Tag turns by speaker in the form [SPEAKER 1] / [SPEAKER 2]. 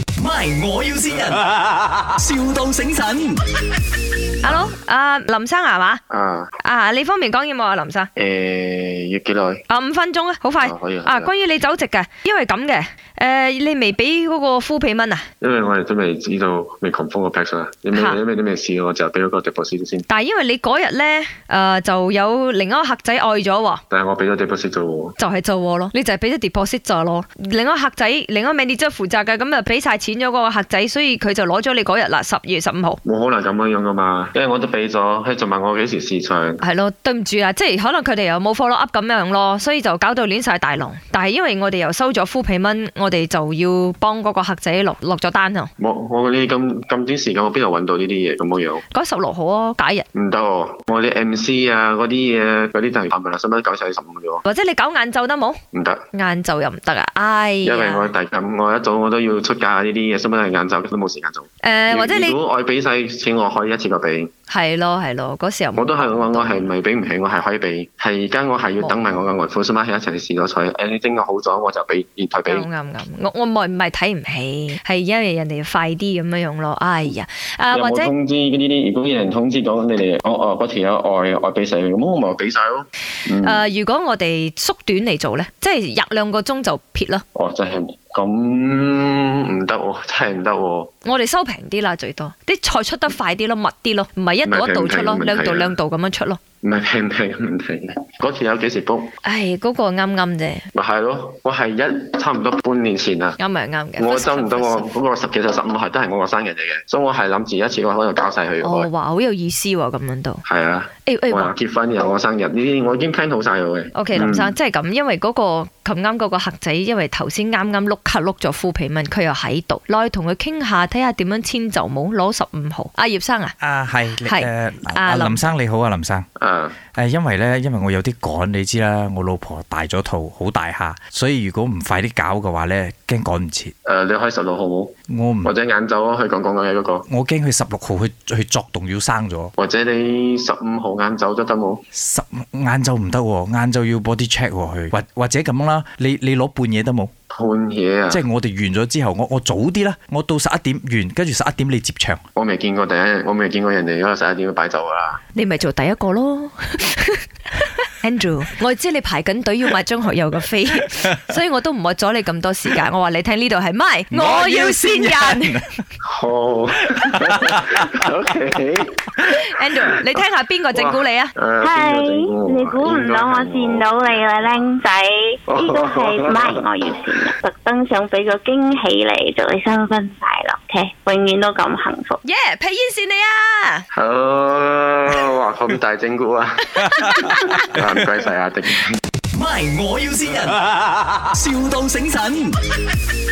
[SPEAKER 1] MY，我要先人，, 笑到醒神。
[SPEAKER 2] Hello，啊林生係嘛？
[SPEAKER 3] 啊，
[SPEAKER 2] 啊你方便講嘢冇啊林生？
[SPEAKER 3] 诶、要幾耐？
[SPEAKER 2] 啊五分鐘啊，好快。
[SPEAKER 3] 啊可以
[SPEAKER 2] 啊，
[SPEAKER 3] 可以
[SPEAKER 2] 關於你走值嘅，因為咁嘅，誒、你未俾嗰個敷皮蚊啊？
[SPEAKER 3] 因為我哋都未知道，未 confirm 個 pack 啦。因為
[SPEAKER 2] 嚇
[SPEAKER 3] 因為啲咩事，我就俾咗個 deposit 先。
[SPEAKER 2] 但係因為你嗰日咧，誒、就有另一個客仔愛咗喎。
[SPEAKER 3] 但係我俾咗 deposit 啫喎。
[SPEAKER 2] 就係做喎咯，你就係俾咗 deposit 咗咯。另一個客仔，另一個 manager 負責嘅，咁啊俾晒錢咗嗰個客仔，所以佢就攞咗你嗰日啦，十二月十五號。
[SPEAKER 3] 冇可能咁樣樣噶嘛，因為我都俾咗，佢仲問我幾時試唱。
[SPEAKER 2] 係咯，對唔住啊啦，即係可能佢哋又冇 follow up 咁樣咯，所以就搞到亂晒大龍。但係因為我哋又收咗 full 皮蚊，我哋就要幫嗰個客仔落落咗單啊。
[SPEAKER 3] 我我嗰啲咁咁短時間，我邊度揾到呢啲嘢咁樣樣？
[SPEAKER 2] 嗰十六號啊，假日
[SPEAKER 3] 唔得喎，我啲 MC 啊嗰啲嘢嗰啲就係百啦，使唔使九晒十五咗？
[SPEAKER 2] 或者你搞晏晝得冇？
[SPEAKER 3] 唔得，
[SPEAKER 2] 晏晝又唔得啊，哎
[SPEAKER 3] 因為我
[SPEAKER 2] 呀，
[SPEAKER 3] 第咁我一早我都要出嫁呢啲嘢，使唔使晏晝都冇時間做？
[SPEAKER 2] 诶、或者你
[SPEAKER 3] 如果我俾晒錢，我可以一次過俾。
[SPEAKER 2] 係咯係咯，嗰時候
[SPEAKER 3] 我都係我我係咪俾唔起？我係可以俾，係而家我係要等埋我嘅外父叔媽一齊試咗彩，誒你整我好咗我就俾，然後
[SPEAKER 2] 啱
[SPEAKER 3] 俾。
[SPEAKER 2] 啱啱，我我唔係唔係睇唔起，係因為人哋快啲咁樣樣咯。哎呀，啊
[SPEAKER 3] 有
[SPEAKER 2] 或者
[SPEAKER 3] 冇通知呢啲？如果有人通知講你哋，我我嗰條友外外俾晒你，咁我咪俾晒咯。嗯
[SPEAKER 2] 誒、呃如果我哋縮短嚟做咧，即係入兩個鐘就撇咯。
[SPEAKER 3] 哦，真係咁唔得喎，真係唔得喎。
[SPEAKER 2] 我哋收平啲啦，最多啲菜出得快啲咯，密啲咯，唔係一度一度出咯，
[SPEAKER 3] 唔係平平
[SPEAKER 2] 兩
[SPEAKER 3] 平
[SPEAKER 2] 度
[SPEAKER 3] 啊
[SPEAKER 2] 兩度咁樣出咯。
[SPEAKER 3] 唔係平平問題，嗰條友幾時 book？
[SPEAKER 2] 唉，嗰、個啱啱啫，
[SPEAKER 3] 咪係咯，我係一差唔多半年前啦。
[SPEAKER 2] 啱咪啱嘅。
[SPEAKER 3] 我收唔到
[SPEAKER 2] First come,
[SPEAKER 3] 我
[SPEAKER 2] first serve
[SPEAKER 3] 嗰個十幾就十五係都係我個生日嚟嘅，所以我係諗住一次過可以搞晒佢。
[SPEAKER 2] 哦，哇，好有意思喎、咁樣都。
[SPEAKER 3] 係啊。
[SPEAKER 2] 誒
[SPEAKER 4] 哎
[SPEAKER 2] 誒，
[SPEAKER 3] 我又
[SPEAKER 2] 哇嗯
[SPEAKER 3] 結婚又我生日呢啲，我已經 plan 好晒嗯咗嘅。
[SPEAKER 2] O.K. 林生，即係咁，因為嗰、個琴啱嗰個客仔，因為頭先啱啱碌卡碌咗敷皮蚊，佢又喺度，落去同佢傾下，睇下點樣遷就冇攞十五號。阿、葉生啊，
[SPEAKER 5] 啊，係你
[SPEAKER 2] 係
[SPEAKER 5] 誒
[SPEAKER 2] 啊
[SPEAKER 5] 阿
[SPEAKER 2] 林
[SPEAKER 5] 林生你好啊，林生。
[SPEAKER 3] 嗯啊，
[SPEAKER 5] 誒，因為咧，因為我有啲趕，你知啦，我老婆大咗肚，好大下，所以如果唔快啲搞嘅話咧，驚趕唔切。
[SPEAKER 3] 誒呃你開十六號冇，
[SPEAKER 5] 我唔，
[SPEAKER 3] 或者晏晝啊，去講講嘅嗰個，
[SPEAKER 5] 我驚佢十六號去去作動要生咗，
[SPEAKER 3] 或者你十五號晏晝都得冇？
[SPEAKER 5] 十晏晝唔得喎，晏晝要 body check 喎佢，或或者咁啦，你你攞半夜得冇？
[SPEAKER 3] 半夜啊
[SPEAKER 5] 即，係我哋完咗之後，我我早啲啦，我到十一點完，跟住十一點你接場。
[SPEAKER 3] 我未見過第一日，我未見過人哋嗰個十一點要擺酒啊㗎啦。
[SPEAKER 2] 你咪做第一個咯。Andrew，我 知你排緊隊要買張學友嘅 飛，所以我都唔愛阻你咁多時間。我話你聽呢度係咪？我要先人。
[SPEAKER 3] 好 ，OK。
[SPEAKER 2] Andrew，你聽下邊個整蠱你啊？
[SPEAKER 3] 係
[SPEAKER 4] 係，你估唔到我見到你啦，僆仔！呢個係唔係我要善人，特登想俾個驚喜你，祝你新婚快樂，OK，永遠都咁幸福。
[SPEAKER 2] 耶，皮煙線你啊！
[SPEAKER 3] 好，哇！咁大整蠱 啊！啊唔該晒阿迪。
[SPEAKER 1] MY，我要先人，,笑到醒神。